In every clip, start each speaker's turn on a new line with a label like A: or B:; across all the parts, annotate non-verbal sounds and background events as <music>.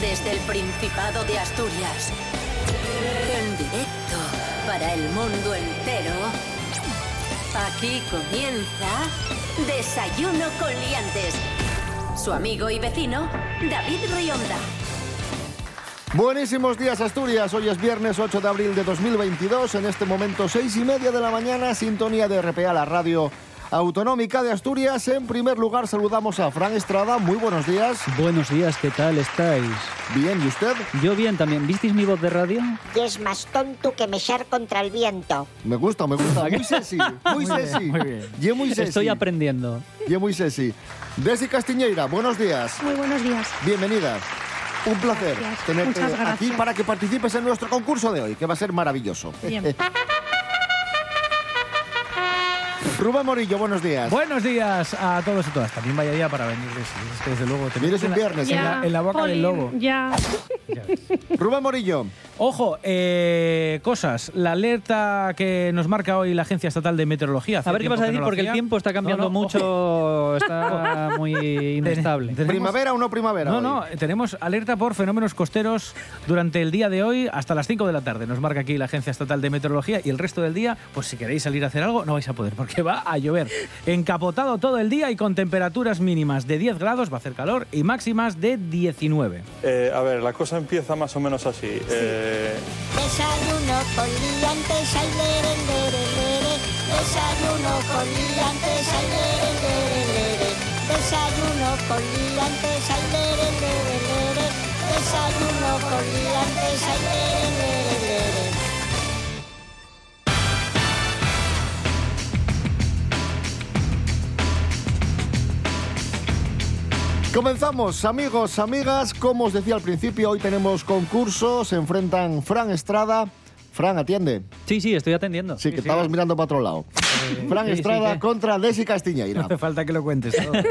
A: Desde el Principado de Asturias. En directo para el mundo entero. Aquí comienza Desayuno con Liantes. Su amigo y vecino, David Rionda.
B: Buenísimos días Asturias, hoy es viernes 8 de abril de 2022, en este momento 6 y media de la mañana, sintonía de RPA, la radio autonómica de Asturias. En primer lugar saludamos a Fran Estrada, muy buenos días.
C: Buenos días, ¿qué tal estáis?
B: Bien, ¿y usted?
C: Yo bien también. ¿Visteis mi voz de radio?
D: Y es más tonto que mechar contra el viento.
B: Me gusta, me gusta, muy sexy, muy
C: bien,
B: sexy.
C: <laughs> muy bien.
B: Y muy sexy.
C: Estoy aprendiendo.
B: Y muy sexy. Desi Castiñeira, buenos días.
E: Muy buenos días.
B: Bienvenida. Un placer
E: Gracias.
B: tenerte
E: Muchas gracias.
B: aquí para que participes en nuestro concurso de hoy, que va a ser maravilloso.
E: Bien.
B: Rubén Morillo, buenos días.
F: Buenos días a todos y todas. También vaya día para venir. Es que desde luego te metes
B: Vienes
F: en
B: un
F: la-
B: viernes,
F: en,
B: ¿eh?
F: la, en la boca
E: Jolín,
F: del lobo.
E: Ya.
B: Rubén Morillo,
F: Ojo, Oh, eh, cosas. La alerta que nos marca hoy la Agencia Estatal de Meteorología. hace
C: A ver qué vas
F: tiempo
C: a
F: que
C: decir,
F: no lo
C: porque el
F: hacía.
C: tiempo está cambiando
F: No, no,
C: mucho,
F: ojo. <laughs>
C: está muy inestable.
F: Tenemos-
B: ¿primavera o no primavera?
F: <laughs> No, no,
B: hoy?
F: tenemos alerta por fenómenos costeros durante el día de hoy hasta las 5 de la tarde. Nos marca aquí la Agencia Estatal de Meteorología y el resto del día, pues si queréis salir a hacer algo, no vais a poder porque va a llover. Encapotado todo el día y con temperaturas mínimas de 10 grados, va a hacer calor, y máximas de 19.
G: Eh, a ver, la cosa empieza más o menos así. Eh,
D: Desayuno con liantes al lere, lere, lere. Desayuno con liantes al lere, lere, lere. Desayuno con liantes al lere, lere, lere. Desayuno con liantes al lere, lere, lere.
B: Comenzamos, amigos, amigas. Como os decía al principio, hoy tenemos concurso. Se enfrentan Fran Estrada. Fran, atiende.
C: Sí, sí, estoy atendiendo.
B: Sí, que estabas mirando para otro lado. Fran
C: sí, sí,
B: Estrada
C: ¿qué?
B: contra Desi Castiñeira.
F: Hace falta que lo cuentes todo.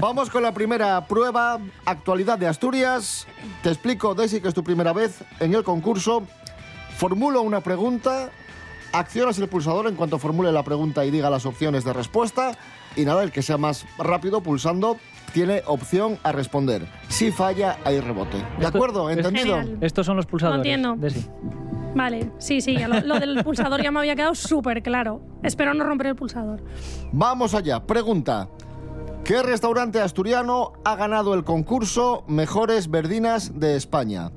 B: Vamos con la primera prueba. Actualidad de Asturias. Te explico, Desi, que es tu primera vez en el concurso. Formulo una pregunta. Accionas el pulsador en cuanto formule la pregunta y diga las opciones de respuesta. Y nada, el que sea más rápido pulsando tiene opción a responder. Si falla, hay rebote. ¿De
C: Esto-
B: acuerdo?
C: es-
B: ¿Entendido?
E: Genial.
C: Estos son los pulsadores.
E: entiendo.
C: Desi.
E: Vale, sí, sí, ya lo, lo del pulsador ya me había quedado súper claro. Espero no romper el pulsador.
B: Vamos allá. Pregunta. ¿Qué restaurante asturiano ha ganado el concurso Mejores Verdinas de España?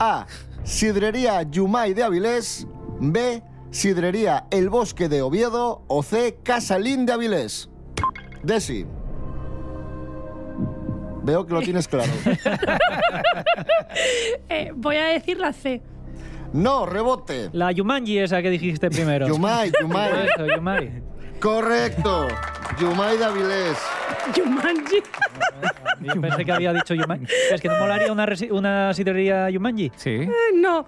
B: A. Sidrería Yumay de Avilés. B. Sidrería El Bosque de Oviedo. O C. Casalín de Avilés. Desi. Veo que lo tienes claro.
E: Eh, voy a decir la C.
B: No, rebote.
C: <laughs> La Yumanji esa que dijiste primero.
B: Yumay,
F: <laughs>
B: Yumay.
C: Eso, Yumanji.
B: Correcto. Yumay de Avilés.
E: Jumanji. <laughs>
C: Yo pensé que había dicho Yumanji. Es que no molaría una, resi- una sidrería Yumanji.
F: sí.
E: Eh, No.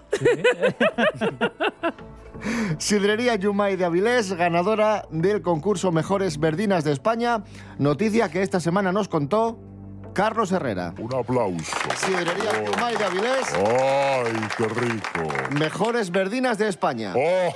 B: Sidrería Yumay de Avilés, ganadora del concurso Mejores Verdinas de España. Noticia que esta semana nos contó Carlos Herrera.
H: Un aplauso. Oh.
B: Sidrería Yumay de Avilés,
H: ¡Ay, qué rico!
B: Mejores Verdinas de España.
H: ¡Oh!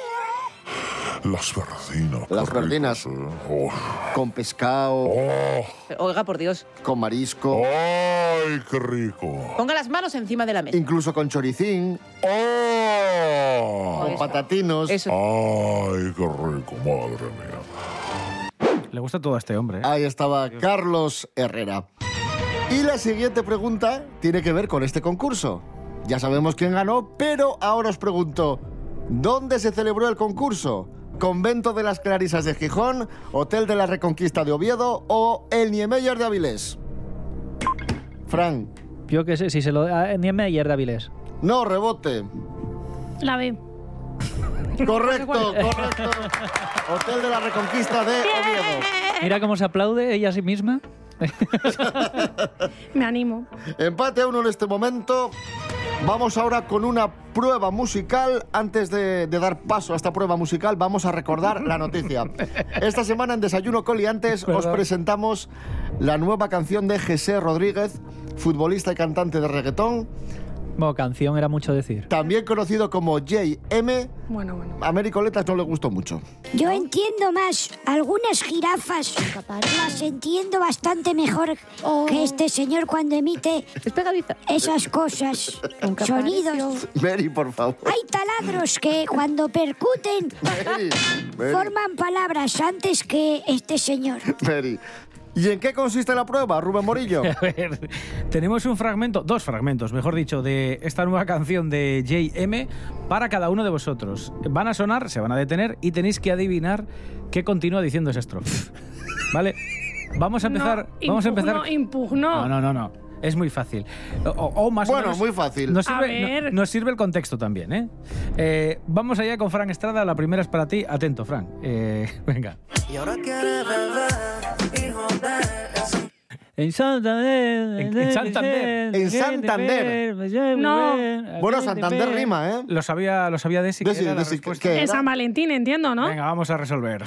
H: Las verdinas. qué
B: Las verdinas.
H: ricas, eh.
B: Con pescado,
H: ¡Oh!
I: Oiga, por Dios,
B: con
H: ¡Oh!
B: marisco,
H: ¡Ay, qué rico!
I: ponga las manos encima de la mesa.
B: incluso con choricín,
H: ¡Oh!
B: con patatinos.
I: Eso.
H: ¡Ay, qué rico! Madre mía.
F: Le gusta todo a este hombre. ¿eh?
B: Ahí estaba Carlos Herrera. Y la siguiente pregunta tiene que ver con este concurso. Ya sabemos quién ganó, pero ahora os pregunto, ¿dónde se celebró el concurso? ¿Convento de las Clarisas de Gijón, Hotel de la Reconquista de Oviedo o el Niemeyer de Avilés? Fran,
C: Yo qué sé, si se lo... ah, Niemeyer de Avilés.
B: no rebote.
E: La B.
B: Correcto, correcto. Hotel de la Reconquista de Oviedo.
C: Mira cómo se aplaude ella a sí misma.
E: Me animo.
B: Empate a uno en este momento. Vamos ahora con una prueba musical. Antes de, de dar paso a esta prueba musical, vamos a recordar
F: <laughs>
B: la noticia. Esta semana en Desayuno Coliantes os presentamos la nueva canción de José Rodríguez, futbolista y cantante de reggaetón.
C: como canción era mucho decir.
B: También conocido como JM,
E: Bueno, bueno.
B: a Mary Coletas no le gustó mucho.
J: Yo entiendo más algunas jirafas. Las entiendo bastante mejor
I: Oh.
J: que este señor cuando emite
I: Es pegadiza.
J: esas cosas,
I: Nunca
J: sonidos.
B: <laughs> Mary, por favor.
J: Hay taladros que cuando percuten
B: <laughs> Mary, Mary,
J: forman palabras antes que este señor.
B: Mary. ¿Y en qué consiste la prueba, Rubén <laughs> Morillo?
F: <laughs> A ver, tenemos un fragmento, dos fragmentos, mejor dicho, de esta nueva canción de JM para cada uno de vosotros. Van a sonar, se van a detener y tenéis que adivinar qué continúa diciendo esa estrofa.
C: <laughs>
F: ¿Vale? Vamos a empezar.
E: No,
F: vamos a
E: impugno,
F: empezar.
E: Impugno.
F: No, no, no, no. Es muy fácil. O, o- o más o
B: Bueno,
F: menos-
B: muy fácil.
F: Nos
E: A
F: sirve, no-
E: ver.
F: nos sirve el contexto también, ¿eh? Eh, Vamos allá con Fran Estrada. La primera es para ti. Atento, Fran. Eh, <laughs> venga. En Santander. En, Santander.
B: En Santander.
E: No.
B: Bueno, Santander rima, ¿eh?
F: Lo sabía, lo sabía Desi. que
B: Desi,
F: era la
B: Desi,
F: respuesta.
B: que-
E: Es San Valentín, entiendo, ¿no?
F: Venga, vamos a
B: <laughs>
F: resolver.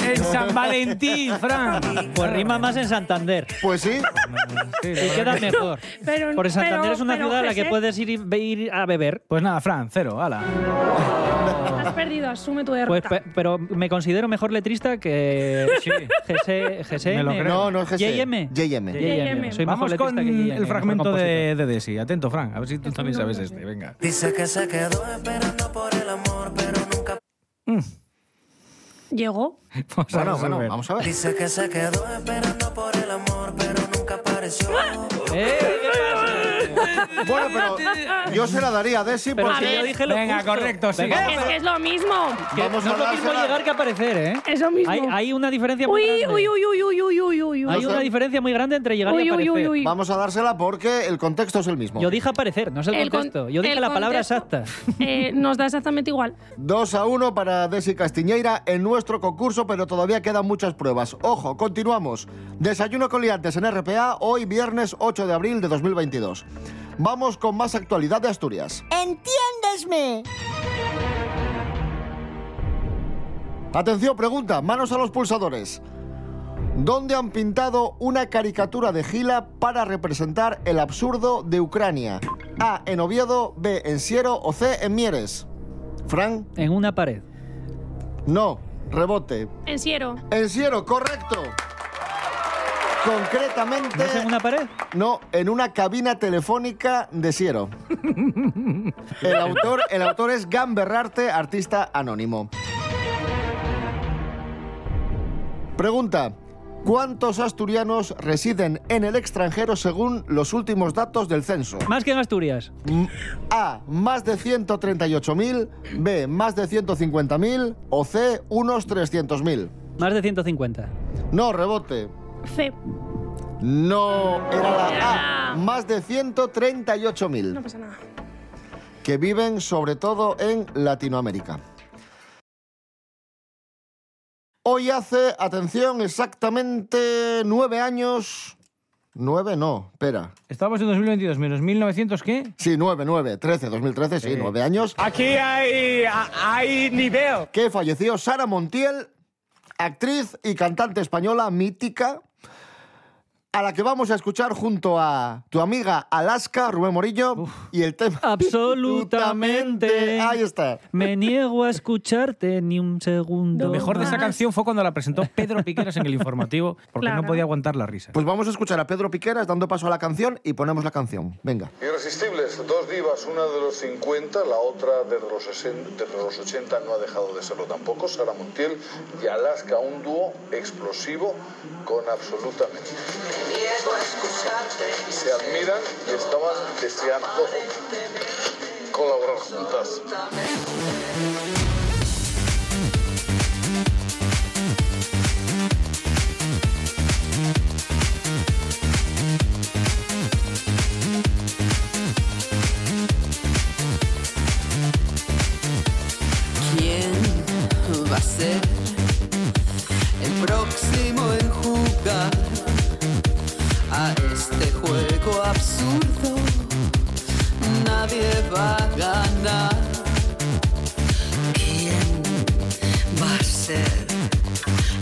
F: En San Valentín, Fran.
C: Pues rima más en Santander.
B: Pues sí,
F: Sí, la
C: Y
F: verdad
C: queda
F: que-
C: mejor.
E: <laughs> pero-
C: Porque Santander
E: pero-
C: es una
E: pero,
C: ciudad a la que
E: José.
C: puedes ir, y be- ir a beber.
F: Pues nada, Fran, cero, ala.
E: Has perdido, asume tu
C: Pues,
E: derrota.
C: pe- pero me considero mejor letrista que José. José
F: Me lo
C: M.
F: creo.
B: no, no es Jesse.
C: JM.
B: JM.
E: JM.
C: Soy
F: Vamos
C: mejor
F: con
C: letrista que JM,
F: el
C: mejor
F: fragmento
C: compositor.
F: de, de Desi. Atento, Fran, a ver si tú también sabes este. Venga. <laughs>
E: Llegó.
F: Vamos a
B: Bueno, bueno,
F: resolver.
B: vamos a ver.
C: ¡Eh! ¿qué pasa?
B: Bueno, pero yo se la daría a Desi
C: Pero
B: porque
C: si yo dije lo
F: Venga,
C: justo.
F: correcto, sigue.
C: Venga,
E: Es que es lo mismo.
C: que
B: vamos
C: no
B: a
C: es lo mismo
B: dársela.
C: llegar que aparecer, ¿eh?
E: Es lo mismo.
C: Hay, hay una diferencia muy
E: Uy,
C: grande.
E: uy, uy, uy, uy, uy, uy, uy, uy.
C: Hay una diferencia muy grande entre llegar y
E: Uy, uy,
C: aparecer.
E: uy, uy.
B: vamos a dársela porque el contexto es el mismo.
C: Yo dije aparecer, no es el,
E: El con-
C: contexto. Yo dije
E: el
C: la palabra
E: contexto.
C: exacta.
E: Eh, nos da exactamente igual.
B: 2 a 1 para Desi Castiñeira en nuestro concurso, pero todavía quedan muchas pruebas. Ojo, continuamos. Desayuno con liantes en RPA, hoy viernes 8 de abril de 2022. Vamos con más actualidad de Asturias.
D: ¿Entiéndesme?
B: Atención, pregunta, manos a los pulsadores. ¿Dónde han pintado una caricatura de Gila para representar el absurdo de Ucrania? A. En Oviedo, B. En Siero o C. En Mieres. Fran,
C: En una pared.
B: no, rebote.
E: En Siero.
B: En Siero, correcto. Concretamente,
C: ¿No es en una pared?
B: no, en una cabina telefónica de Siero. El autor, el autor es Gan Berrarte, artista anónimo. Pregunta. ¿Cuántos asturianos residen en el extranjero según los últimos datos del censo?
C: Más que en Asturias.
B: M- A, más de 138.000, B, más de 150.000 o C, unos 300.000.
C: Más de 150.
B: No, rebote.
E: C.
B: No, era la A. Más de 138.000
E: No pasa nada.
B: que viven sobre todo en Latinoamérica. Hoy hace, atención, exactamente nueve años. Nueve, no, espera.
F: Estamos en 2022, menos 1900, ¿qué?
B: Sí, nueve, nueve, trece, 2013, sí, nueve años.
F: Aquí hay, hay nivel.
B: que falleció Sara Montiel, actriz y cantante española mítica, a la que vamos a escuchar junto a tu amiga Alaska, Rubén Morillo, y el tema...
C: Absolutamente.
B: Ahí está.
C: Me niego a escucharte ni un segundo.
F: Lo mejor de esa canción fue cuando la presentó Pedro Piqueras en el informativo, porque
E: Claro.
F: no podía aguantar la risa.
B: Pues vamos a escuchar a Pedro Piqueras dando paso a la canción y ponemos la canción. Venga.
K: Irresistibles, dos divas, una de los 50, la otra desde los 60, desde los 80 no ha dejado de serlo tampoco, Sara Montiel y Alaska, un dúo explosivo con absolutamente. Se admiran y estaban deseando colaborar juntas.
A: ¿Quién va a ser el próximo en jugar a este juego absurdo? Nadie va a ganar. ¿Quién va a ser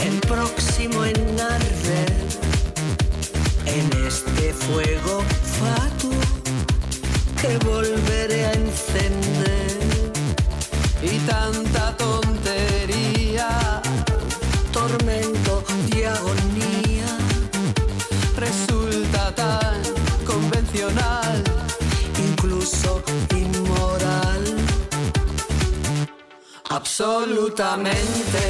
A: el próximo en arder en este
L: este fuego fatuo que volveré a encender. Y tanta tontería, tormento y agonía, resulta tan convencional, incluso inmoral. Absolutamente.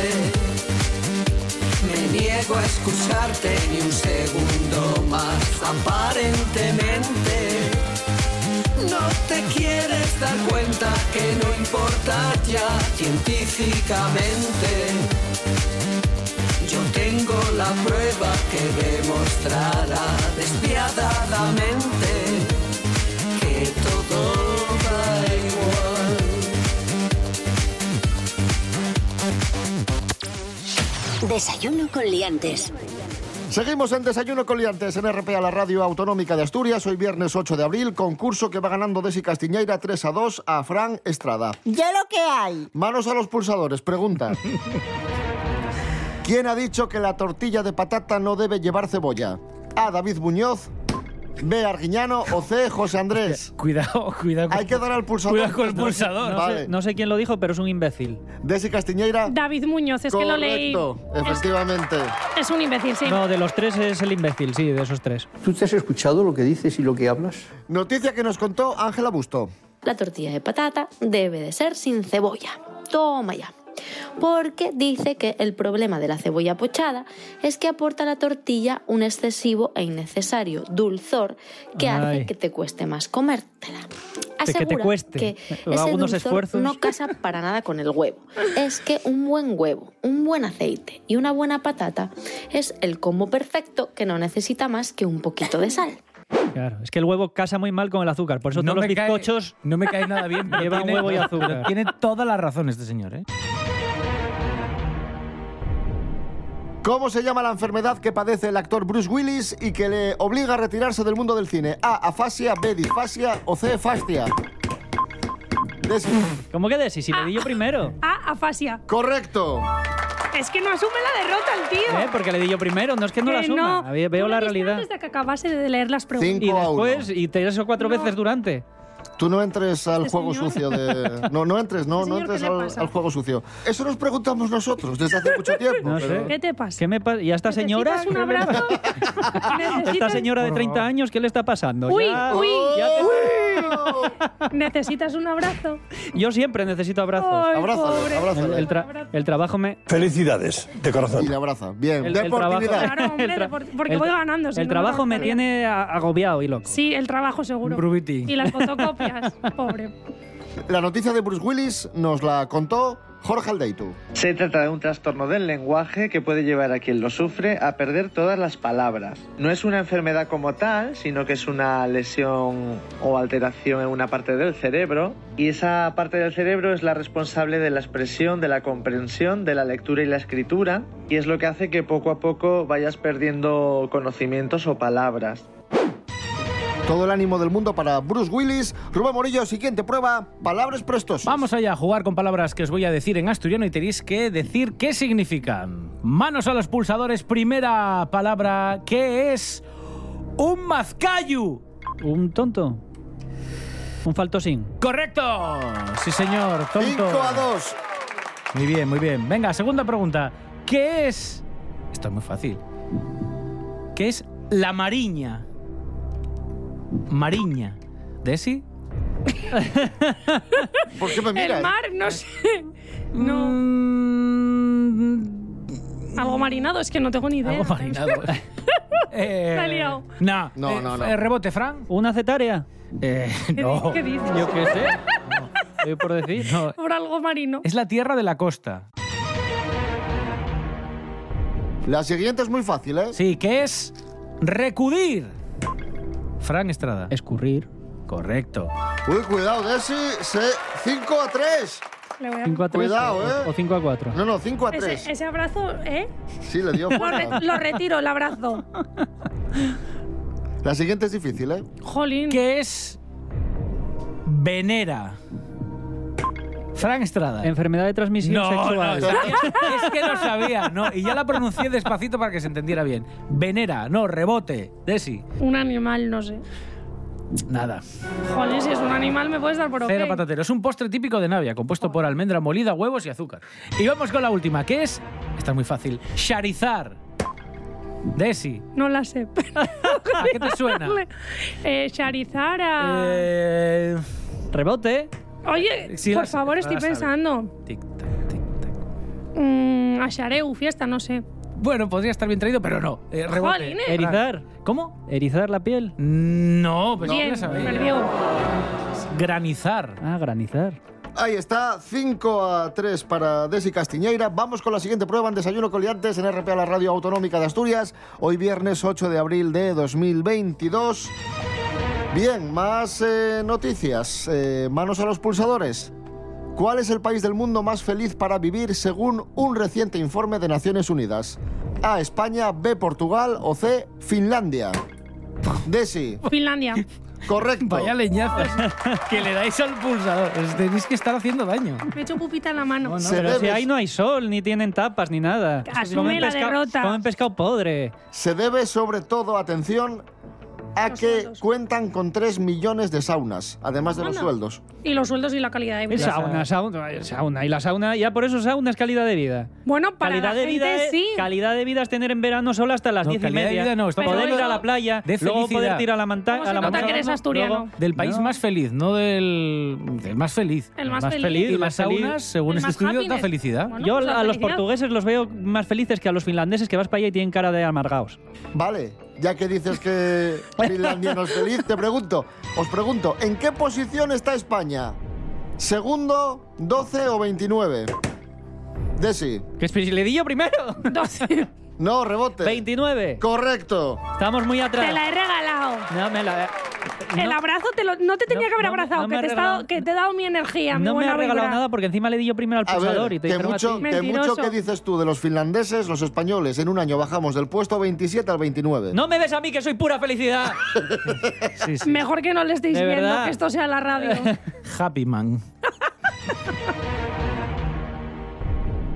L: Me niego a excusarte ni un segundo más. Aparentemente, no te quieres dar cuenta que no importa ya científicamente. Yo tengo la prueba que demostrará despiadadamente que todo va igual.
A: Desayuno con liantes.
B: Seguimos en Desayuno con Liantes en RPA, la radio autonómica de Asturias. Hoy viernes 8 de abril, concurso que va ganando Desi Castiñeira 3 a 2 a Fran Estrada.
M: ¿Ya lo que hay?
B: Manos a los pulsadores, pregunta. ¿Quién ha dicho que la tortilla de patata no debe llevar cebolla? A. David Muñoz. B. Arguiñano o C. José Andrés.
C: Cuidado, cuidado.
B: Hay que dar al pulsador.
C: Cuidado con el pulsador. No,
B: Vale.
C: sé, no sé quién lo dijo, pero es un imbécil.
B: Desi Castiñeira.
E: David Muñoz, es que lo leí.
B: Correcto, efectivamente.
E: Es un imbécil, sí.
C: No, de los tres es el imbécil, sí, de esos tres.
N: ¿Tú te has escuchado lo que dices y lo que hablas?
B: Noticia que nos contó Ángela Busto.
O: La tortilla de patata debe de ser sin cebolla. Toma ya. Porque dice que el problema de la cebolla pochada es que aporta a la tortilla un excesivo e innecesario dulzor que
C: Ay.
O: hace que te cueste más comértela.
C: Que te
O: Asegura
C: cueste.
O: que
C: Hago
O: ese
C: unos
O: dulzor
C: esfuerzos.
O: no casa para nada con el huevo. Es que un buen huevo, un buen aceite y una buena patata es el combo perfecto que no necesita más que un poquito de sal.
C: Claro, es que el huevo casa muy mal con el azúcar. Por eso
F: No
C: todos los
F: me cae-
C: bizcochos
F: no me cae
C: <laughs>
F: nada bien. pero
C: llevan
F: tiene-
C: huevo y azúcar.
F: pero Tiene toda la razón este señor, ¿eh?
B: ¿Cómo se llama la enfermedad que padece el actor Bruce Willis y que le obliga a retirarse del mundo del cine? A. Afasia, B. Disfasia o C. Fascia. Des-
C: ¿Cómo que decís? Si le di yo primero.
E: Ah, afasia.
B: Correcto.
E: Es que no asume la derrota el tío.
O: Ah.
C: ¿Eh? Porque le di yo primero, no es que no la
E: Que
C: suma.
E: no.
C: Había- Veo
E: Tú
C: la
E: le diste
C: realidad.
E: Antes de que acabase de leer las preguntas.
C: y después, y tres o cuatro veces durante.
B: Tú no entres al juego sucio de... No, no entres, no,
E: Este
B: no
E: señor,
B: entres
E: ¿qué le
B: al,
E: pasa?
B: al juego sucio. Eso nos preguntamos nosotros desde hace mucho tiempo.
C: No
B: pero-
C: sé.
E: ¿Qué te pasa?
C: ¿Qué me pasa? ¿Y a esta señora?
E: ¿Necesitas un
C: ¿Qué le-
E: abrazo?
C: <laughs> Esta
E: ¿Necesitas-
C: señora de 30 años, ¿qué le está pasando?
E: Uy,
C: Ya-
E: uy,
C: ya te-
B: ¡Oh!
C: <laughs>
E: ¿Necesitas un abrazo?
C: Yo siempre necesito abrazos.
E: Ay, Abrázale, pobre. abrázale.
C: El, el tra- el trabajo me.
G: Felicidades, de corazón.
B: Y le abraza. Bien,
C: El- el
B: deportividad.
C: trabajo-
E: Claro,
C: <laughs>
E: hombre,
C: El tra-
E: depor- porque
C: el-
E: voy ganando. si
C: El
E: no me
C: trabajo me
E: aguantaría.
C: tiene a- agobiado y loco.
E: Sí, el trabajo seguro.
C: Brubiti.
E: Y las fotocopias, pobre.
B: La noticia de Bruce Willis nos la contó Jorge Aldeitu.
P: Se trata de un trastorno del lenguaje que puede llevar a quien lo sufre a perder todas las palabras. No es una enfermedad como tal, sino que es una lesión o alteración en una parte del cerebro. Y esa parte del cerebro es la responsable de la expresión, de la comprensión, de la lectura y la escritura. Y es lo que hace que poco a poco vayas perdiendo conocimientos o palabras.
B: Todo el ánimo del mundo para Bruce Willis. Rubén Morillo, siguiente prueba, palabras prestosas.
F: Vamos allá a jugar con palabras que os voy a decir en asturiano y tenéis que decir qué significan. Manos a los pulsadores, primera palabra que es un mazcayu.
C: ¿Un tonto? ¿Un faltosín?
F: Correcto. Sí, señor, tonto.
B: 5 a 2.
F: Muy bien, muy bien. Venga, segunda pregunta. ¿Qué es? Esto es muy fácil. ¿Qué es la mariña? Mariña. ¿Desi?
B: ¿Por qué me
E: El mar, no sé. No. Algo marinado, es que no tengo ni idea.
F: Mm, Algo marinado.
E: <laughs>
F: <laughs> eh,
E: La he liado.
F: nah.
B: No,
F: Eh,
B: no, no.
F: eh, rebote, Fran.
C: ¿Una cetárea?
F: Eh, no.
E: ¿Qué dices?
C: Yo qué sé. Estoy por decir.
F: No,
E: Por algo marino.
F: Es la tierra de la costa.
B: La siguiente es muy fácil, ¿eh?
F: Sí, que es recudir. Fran Estrada. Escurrir. Correcto.
B: Uy, cuidado, Desi. 5 a 3.
E: Le voy a-
C: 5 a 3.
B: Cuidado, ¿eh?
C: O 5 a 4.
B: No, no, 5 a 3.
E: Ese, ese abrazo,
C: <laughs>
E: ¿eh?
B: Sí,
E: <laughs>
B: le dio
E: Lo, re-
B: fuerza.
E: lo retiro, el abrazo.
B: La siguiente es difícil, ¿eh?
E: Jolín.
F: ¿Qué es venera? Fran Estrada.
C: Enfermedad de transmisión
F: No,
C: sexual.
F: no, es que lo sabía, ¿no? Y ya la pronuncié despacito para que se entendiera bien. Venera, no, rebote, Desi.
E: Un animal, no sé.
F: Nada.
E: Joder, si es un animal me puedes dar por ok.
F: Cero patatero. Es un postre típico de Navia, compuesto por almendra molida, huevos y azúcar. Y vamos con la última, que es. Esta es muy fácil. Charizar. Desi.
E: No
C: <laughs>
E: la sé. ¿A
F: qué te
E: <laughs>
F: suena?
E: Eh, Charizara.
F: Eh,
E: Ah.
C: Rebote.
E: Oye,
C: eh, sí,
E: por
C: la-
E: favor,
C: la
E: estoy
C: sabe.
E: pensando.
F: Tic,
E: Mm, a Shareu, fiesta, no sé.
F: Bueno, podría estar bien traído, pero no. Eh, rebote.
E: Jolines.
F: Fran.
C: Erizar.
F: ¿Cómo?
C: Erizar la piel.
F: No,
C: Pues
F: pero
E: Bien,
F: ya sabéis.
E: perdió.
C: <laughs>
F: Granizar.
C: Ah, granizar.
B: Ahí está, 5 a 3 para Desi Castiñeira. Vamos con la siguiente prueba en Desayuno Coliantes en RPA, la Radio Autonómica de Asturias. Hoy viernes 8 de abril de 2022. Bien, más eh, noticias. Eh, manos a los pulsadores. ¿Cuál es el país del mundo más feliz para vivir según un reciente informe de Naciones Unidas? A, España, B, Portugal o C, Finlandia. Desi,
C: <laughs>
E: Finlandia.
B: correcto.
F: Vaya leñazos que le dais al pulsador. Os tenéis que estar haciendo daño.
E: Me echo pupita en la mano.
C: No,
B: Se
C: pero si
B: debe-
C: ahí no hay sol, ni tienen tapas, ni nada.
E: Asume
C: Comen
E: la
C: pescado-
E: derrota.
C: Comen pescado podre.
B: se debe sobre todo, atención, a que cuentan con 3 millones de saunas, además de los
E: Anda.
B: sueldos.
E: Y los sueldos y la calidad de vida.
C: Es sauna, sauna, sauna. Y la sauna, ya por eso sauna es calidad de vida.
E: Bueno, para
C: calidad
E: la
C: de vida
E: gente
C: es,
E: sí.
C: calidad de vida es tener en verano solo hasta las
F: No,
C: diez y
F: calidad de
C: media.
F: vida no, estamos
C: poder
E: hablando
C: ir a la playa,
F: de
C: luego
F: felicidad.
C: poder ir a la montaña.
E: ¿Cómo se
C: a la
E: nota que
C: montaña,
E: eres asturiano?
C: luego-
F: Del país
C: No.
F: más feliz, no del, del más feliz.
E: El más,
C: más
E: feliz.
C: feliz,
F: Y
C: el
F: las
C: más feliz,
F: saunas, según
E: el
F: este
E: más
F: estudio, da
E: happiness.
F: felicidad.
E: Bueno,
C: Yo
E: pues la
C: a los
E: felicidad.
C: portugueses los veo más felices que a los finlandeses que vas para allá y tienen cara de amargaos.
B: Vale, ya que dices que Finlandia no es feliz, te pregunto, os pregunto, ¿en qué posición está España? ¿Segundo, 12 o 29? Desi.
C: Que es le di yo primero.
E: 12.
B: No, rebote.
C: 29.
B: Correcto.
C: Estamos muy atrás.
E: Te la he regalado.
C: No me la.
E: El
C: no-
E: abrazo te lo- no te
C: No,
E: tenía que haber
C: no me-
E: abrazado,
C: no me
E: que,
C: ha
E: te he
C: regalado-
E: estado- que te he dado mi energía. mi
C: No me
E: buena
C: ha regalado
E: vibra.
C: nada porque encima le di yo primero al
B: A
C: pulsador
B: ver,
C: y te
B: que
C: dijeron a
B: mucho,
C: ti.
B: que mucho
E: Mentiroso.
B: que dices tú de los finlandeses, los españoles, en un año bajamos del puesto 27 al 29.
C: No me ves a mí que soy pura felicidad.
F: Sí, sí.
E: Mejor que no le estéis
C: pues De
E: viendo,
C: verdad.
E: que esto sea
C: <laughs>
E: la radio.
F: Happy man.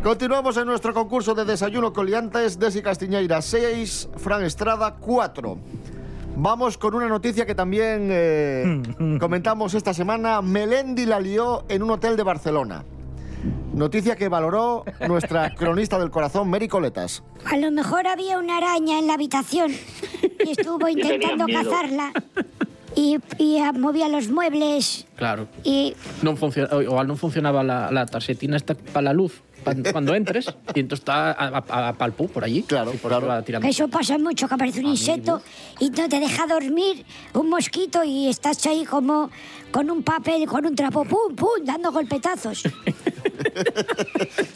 B: Continuamos en nuestro concurso de desayuno coliantes. Desi Castiñeira 6, Fran Estrada 4. Vamos con una noticia que también
M: <laughs>
B: eh, comentamos esta semana. Melendi la lió en un hotel de Barcelona. Noticia que valoró nuestra cronista del corazón, Mary Coletas.
J: A lo mejor había una araña en la habitación y estuvo intentando cazarla y, y ah, movía los muebles
M: Claro.
J: y
M: No funciona, o igual no funcionaba la, la tarjetina esta para la luz pa- cuando entres y entonces está a, a- a palpú por allí. Claro, y por eso va tirando.
J: eso pasa mucho, que aparece un insecto y no te deja dormir, un mosquito y estás ahí como con un papel, con un trapo, pum, pum, dando golpetazos.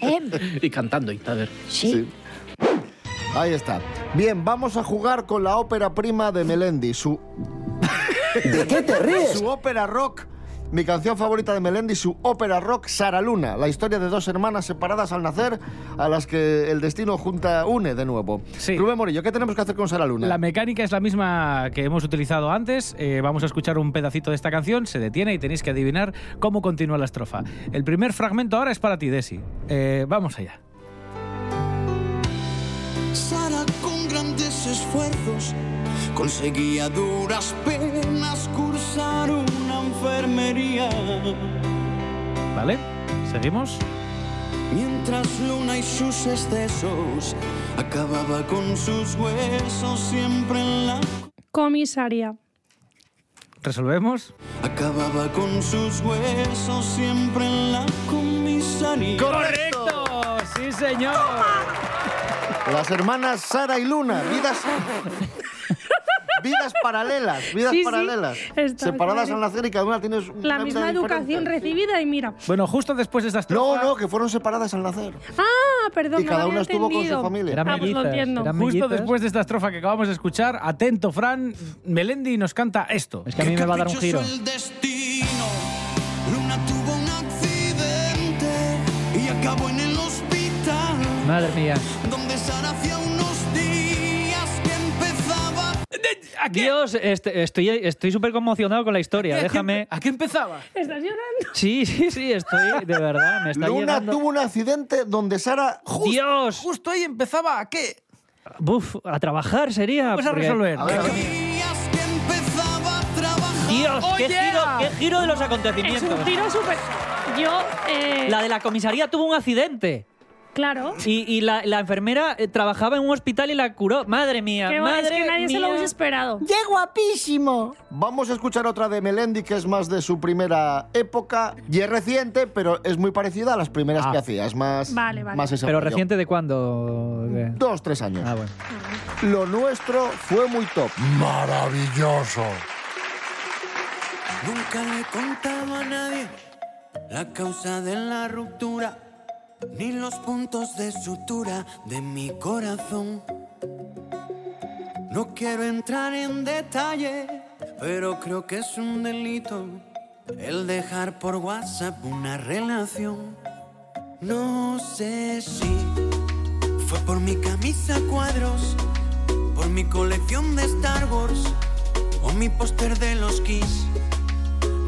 J: ¿Eh?
M: Y cantando, y a ver.
J: Sí.
B: Ahí está. Bien, vamos a jugar con la ópera prima de Melendi, su... ¿De qué te ríes? Su ópera rock. Mi canción favorita de Melendi, su ópera rock Sara Luna, la historia de dos hermanas separadas al nacer a las que el destino junta une de nuevo.
F: Sí.
B: Rubén Morillo, ¿qué tenemos que hacer con Sara Luna?
F: La mecánica es la misma que hemos utilizado antes. Eh, vamos a escuchar un pedacito de esta canción, se detiene y tenéis que adivinar cómo continúa la estrofa. El primer fragmento ahora es para ti, Desi. Eh, vamos allá.
Q: Sara con grandes esfuerzos conseguía a duras penas cursar una enfermería.
F: ¿Vale? ¿Seguimos?
Q: Mientras Luna y sus excesos acababa con sus huesos siempre en la...
E: Comisaria.
F: ¿Resolvemos?
Q: Acababa con sus huesos siempre en la comisaría.
F: ¡Correcto! ¡Sí, señor!
B: Las hermanas Sara y Luna, vidas...
E: <laughs>
B: vidas paralelas, vidas
E: Sí, sí,
B: paralelas.
E: está
B: separadas
E: claro.
B: al nacer y cada una tiene una
E: La
B: vida
E: misma
B: diferente.
E: educación recibida y mira.
F: Bueno, justo después de esta
B: No,
F: estrofa...
B: no, que fueron separadas al nacer.
E: Ah, perdón,
B: Y
E: no
B: cada
E: lo había
B: una estuvo con
E: entendido.
B: su familia.
E: Ah, pues lo entiendo.
C: eran
F: Justo
C: mellizas.
F: después de esta estrofa que acabamos de escuchar, atento, Fran, Melendi nos canta esto.
C: Es que a mí me va a dar un giro.
Q: el destino. Luna tuvo un accidente y acabó en el hospital,
C: Madre mía.
Q: donde Sara hacía unos días que empezaba.
C: Dios, este- estoy estoy súper conmocionado con la historia. Déjame.
F: ¿A qué empezaba?
E: ¿Estás llorando?
C: Sí, sí, sí, estoy de verdad. Me está
B: Luna
C: llegando.
B: tuvo un accidente donde Sara...
C: Dios.
F: Justo ahí empezaba a qué.
C: Buf, a trabajar sería.
F: Vamos a
C: porque-
F: resolver.
C: A ver, a ver. Dios, qué giro, qué giro de los acontecimientos.
E: Es un tiro súper. Yo. eh,
C: La de la comisaría tuvo un accidente.
E: Claro.
C: Y, y la, la enfermera eh, trabajaba en un hospital y la curó. Madre mía,
E: Qué bueno,
C: madre
E: es que nadie se lo
C: mía.
E: hubiese esperado.
B: ¡Qué guapísimo! Vamos a escuchar otra de Melendi, que es más de su primera época. Y es reciente, pero es muy parecida a las primeras que hacía. Es más,
E: Vale, vale.
B: más ese
C: Ah. Pero
B: rollo.
C: reciente de cuándo?
B: Dos, tres años.
C: Ah, bueno.
B: Lo nuestro fue muy top.
H: Maravilloso.
Q: Nunca le contaba a nadie la causa de la ruptura, ni los puntos de sutura de mi corazón. No quiero entrar en detalle, pero creo que es un delito el dejar por WhatsApp una relación. No sé si fue por mi camisa a cuadros, por mi colección de Star Wars o mi póster de los Kiss.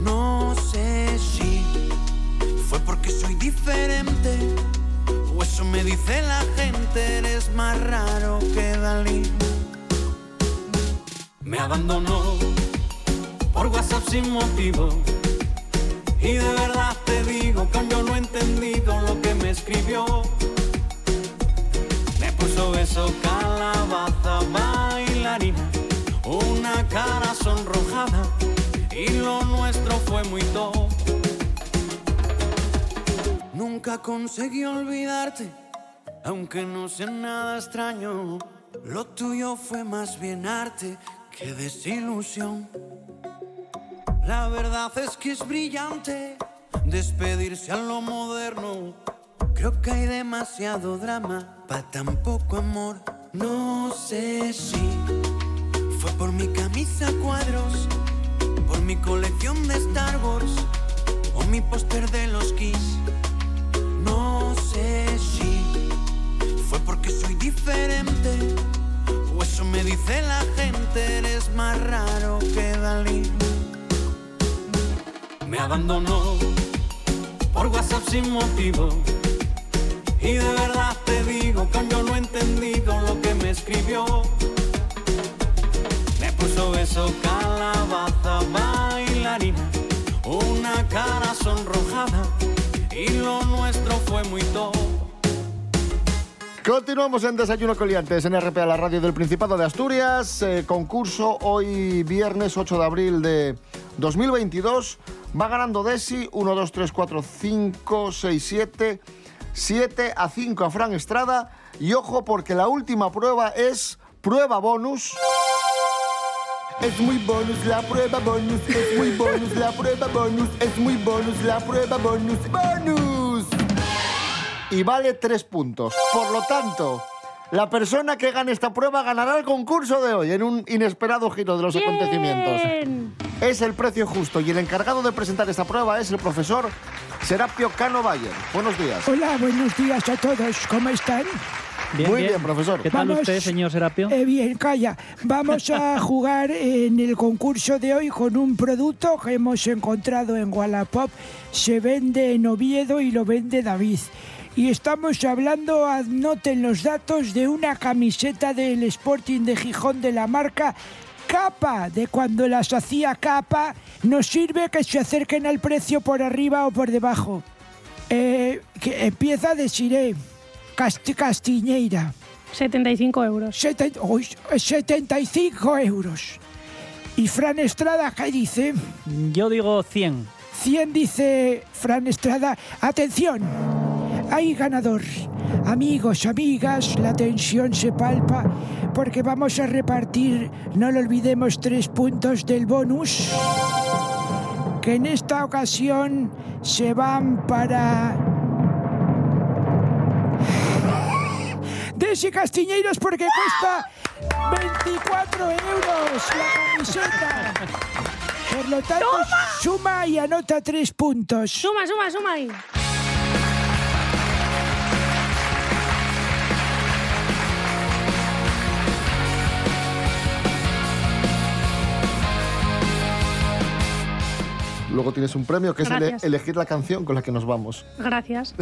Q: No sé si fue porque soy diferente o eso me dice la gente, eres más raro que Dalí. Me abandonó por WhatsApp sin motivo y de verdad te digo que aún yo no he entendido lo que me escribió. Me puso beso calabaza bailarina, una cara sonrojada y lo nuestro fue muy top. Nunca conseguí olvidarte, aunque no sea nada extraño. Lo tuyo fue más bien arte que desilusión. La verdad es que es brillante despedirse a lo moderno. Creo que hay demasiado drama para tan poco amor. No sé si fue por mi camisa a cuadros, por mi colección de Star Wars o mi póster de los Kiss. No sé si fue porque soy diferente o eso me dice la gente, eres más raro que Dalí. Me abandonó por WhatsApp sin motivo y de verdad te digo que aún yo no he entendido lo que me escribió. Me puso beso calabaza bailarina, una cara sonrojada y lo nuestro fue muy top.
B: Continuamos en Desayuno Coliantes en RPA, la radio del Principado de Asturias. Eh, concurso hoy viernes 8 de abril de 2022. Va ganando Desi 1, 2, 3, 4, 5, 6, 7, 7 a 5 a Fran Estrada. Y ojo porque la última prueba es prueba bonus. Es muy bonus la prueba bonus, es muy bonus la prueba bonus, es muy bonus la prueba bonus, bonus y vale tres puntos. Por lo tanto, la persona que gane esta prueba ganará el concurso de hoy en un inesperado giro de los acontecimientos. Es el precio justo y el encargado de presentar esta prueba es el profesor Serapio Cano Bayer. Buenos días.
R: Hola, buenos días a todos. ¿Cómo están?
B: Muy bien, profesor.
C: ¿Qué tal usted, señor Serapio?
R: Eh, bien, calla.
C: <laughs>
R: Vamos a jugar en el concurso de hoy con un producto que hemos encontrado en Wallapop. Se vende en Oviedo y lo vende David. Y estamos hablando, anoten los datos, de una camiseta del Sporting de Gijón de la marca capa de cuando las hacía capa. Nos sirve que se acerquen al precio por arriba o por debajo. Eh, que empieza de Siré, Cast- Castiñeira.
E: 75 euros.
R: 75 euros. Y Fran Estrada, ¿qué dice?
C: Yo digo 100.
R: 100 dice Fran Estrada. Atención, hay ganador. Amigos, amigas, la tensión se palpa porque vamos a repartir, no lo olvidemos, tres puntos del bonus que en esta ocasión se van para... Desi Castiñeiros porque cuesta 24 euros la camiseta. Por lo tanto, suma y anota tres puntos.
E: Suma, suma, suma ahí.
B: Luego tienes un premio que es ele-
E: Gracias.
B: elegir la canción con la que nos vamos. <laughs>
E: Gracias.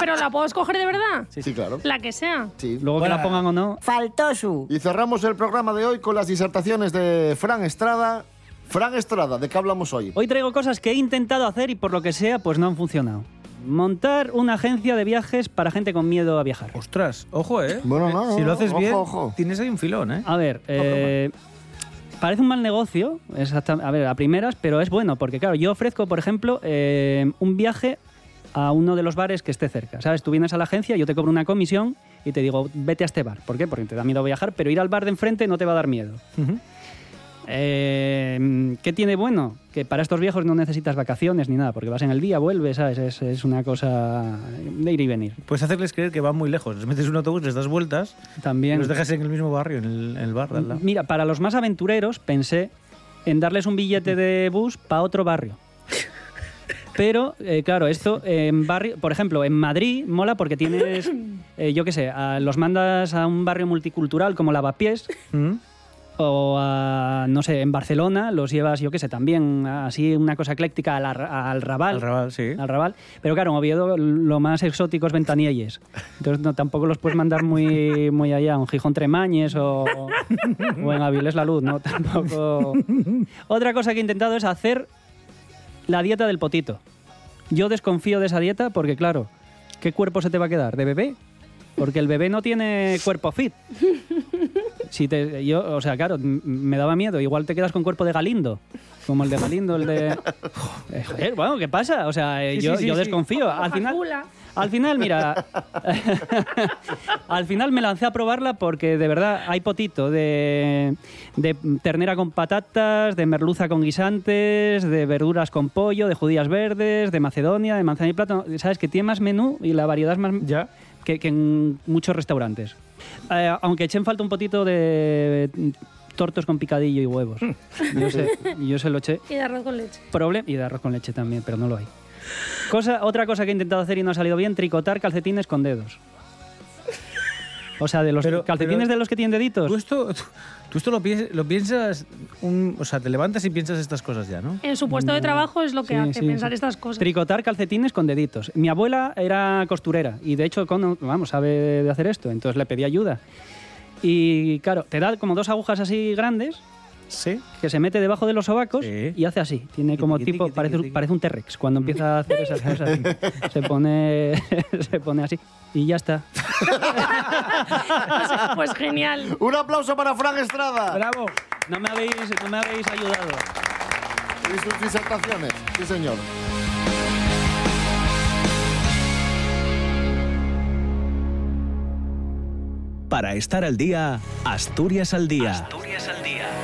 E: Pero la puedo escoger de verdad.
B: Sí, claro.
E: La que sea.
B: Luego
E: que la
B: pongan o no. Faltosu. Y cerramos el programa de hoy con las disertaciones de Fran Estrada. Fran Estrada, ¿de qué hablamos hoy?
S: Hoy traigo cosas que he intentado hacer y por lo que sea, pues no han funcionado. Montar una agencia de viajes para gente con miedo a viajar.
F: Ostras, ojo, ¿eh?
B: Bueno,
F: si lo haces bien, tienes ahí un filón, ¿eh?
S: A ver, eh, parece un mal negocio, exacta- a ver, a primeras, pero es bueno, porque claro, yo ofrezco, por ejemplo, eh, un viaje a uno de los bares que esté cerca. ¿Sabes? Tú vienes a la agencia, yo te cobro una comisión y te digo, vete a este bar. ¿Por qué? Porque te da miedo viajar, pero ir al bar de enfrente no te va a dar miedo. Eh, ¿Qué tiene bueno? Que para estos viejos no necesitas vacaciones ni nada, porque vas en el día, vuelves, ¿sabes? Es, es una cosa de ir y venir.
F: Puedes hacerles creer que van muy lejos. Les metes en un autobús, les das vueltas.
S: También.
F: y Los dejas en el mismo barrio, en el, en el bar de al lado.
S: Mira, para los más aventureros pensé en darles un billete de bus para otro barrio. Pero, eh, claro, esto en barrio, por ejemplo, en Madrid mola porque tienes, eh, yo qué sé, a- los mandas a un barrio multicultural como Lavapiés o a, no sé, en Barcelona los llevas, yo qué sé, también a- así una cosa ecléctica al, Ar- al Raval. Al
F: Raval, sí.
S: Al Raval. Pero claro, en Oviedo lo más exótico es Ventanielles. Entonces no, tampoco los puedes mandar muy, muy allá, a un Gijón Tremañes o, o en Avilés La Luz, ¿no? Tampoco... Otra cosa que he intentado es hacer la dieta del potito. Yo desconfío de esa dieta porque, claro, ¿qué cuerpo se te va a quedar? ¿De bebé? Porque el bebé no tiene cuerpo fit. Si te, yo, o sea, claro, m- me daba miedo. Igual te quedas con cuerpo de Galindo. Como el de Galindo, el
C: <laughs>
S: de... Eh, joder, bueno, ¿qué pasa? O sea, eh,
C: Sí,
S: yo,
C: sí, sí,
S: yo
C: sí.
S: desconfío. Al final, al final, mira, al final me lancé a probarla porque de verdad hay potito de, de ternera con patatas, de merluza con guisantes, de verduras con pollo, de judías verdes, de macedonia, de manzana y plátano. Sabes que tiene más menú y la variedad es más que, que en muchos restaurantes. Eh, aunque echen falta un potito de tortos con picadillo y huevos. Yo se, yo se lo eché
E: Y de arroz con leche.
S: problema. Y de arroz con leche también, pero no lo hay. Cosa, otra cosa que he intentado hacer y no ha salido bien, tricotar calcetines con dedos. O sea, de los calcetines de los que tienen deditos.
F: Tú esto, tú, tú esto lo, piens- lo piensas, un- o sea, te levantas y piensas estas cosas ya, ¿no?
E: En su puesto de trabajo es lo que
F: Mm. Sí,
E: hace,
F: sí,
E: pensar
F: sí.
E: estas cosas. <laughs>
S: Tricotar calcetines con deditos. Mi abuela era costurera y de hecho, con- vamos, sabe de hacer esto, entonces le pedí ayuda. Y claro, te da como dos agujas así grandes. Que se mete debajo de los sobacos y hace así. Tiene como tipo, parece, parece un T-Rex cuando empieza a hacer esas cosas. se, pone, <laughs> se pone así y ya está.
E: pues genial.
B: Un aplauso para Fran Estrada.
F: Bravo.
S: No me habéis, no me habéis ayudado.
B: Y sus disertaciones, sí señor.
T: Para estar al día, Asturias al día.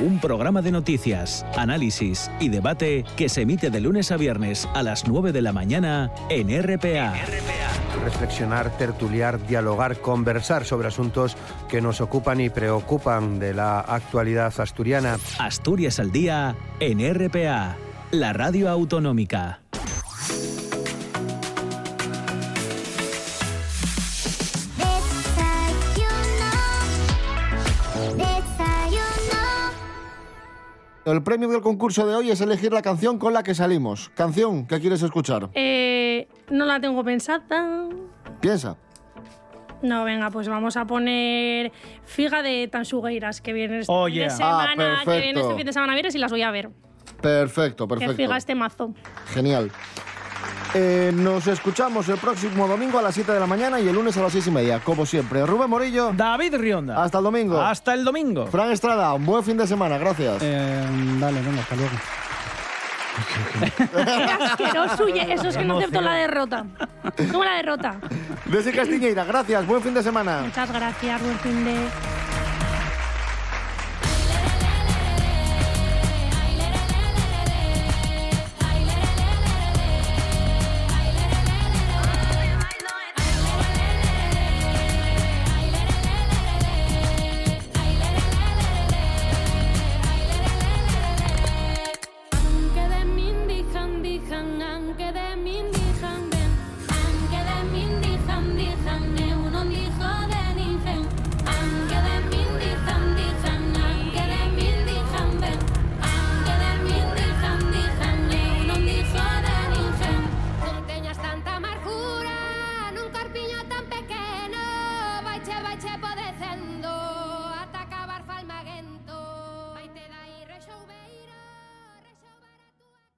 T: Un programa de noticias, análisis y debate Eh, que se emite de lunes a viernes a las 9 de la mañana en RPA.
U: reflexionar, tertuliar, dialogar, conversar sobre asuntos que nos ocupan y preocupan de la actualidad asturiana.
T: Asturias al día en RPA, la radio autonómica.
B: El premio del concurso de hoy es elegir la canción con la que salimos. Canción que quieres escuchar.
E: Eh, no la tengo pensada.
B: Piensa.
E: No, venga, pues vamos a poner Figa de Tansugueiras, que viene este
B: Oh,
E: fin
B: yeah.
E: de
B: Ah,
E: semana, que viene este
B: perfecto.
E: fin de semana viernes y las voy a ver.
B: Perfecto,
E: Que Figa
B: perfecto.
E: este mazo.
B: Genial. Eh, nos escuchamos el próximo domingo a las 7 de la mañana y el lunes a las 6 y media, como siempre. Rubén Morillo.
F: David Rionda.
B: Hasta el domingo.
F: Hasta el domingo.
B: Fran Estrada, un buen fin de semana, gracias.
S: vale, venga, hasta luego.
E: Asqueroso, oye, eso es que no acepto la derrota. ¿Cómo la derrota?
B: Desi Castiñeira, gracias, buen fin de semana.
E: Muchas gracias, buen fin de...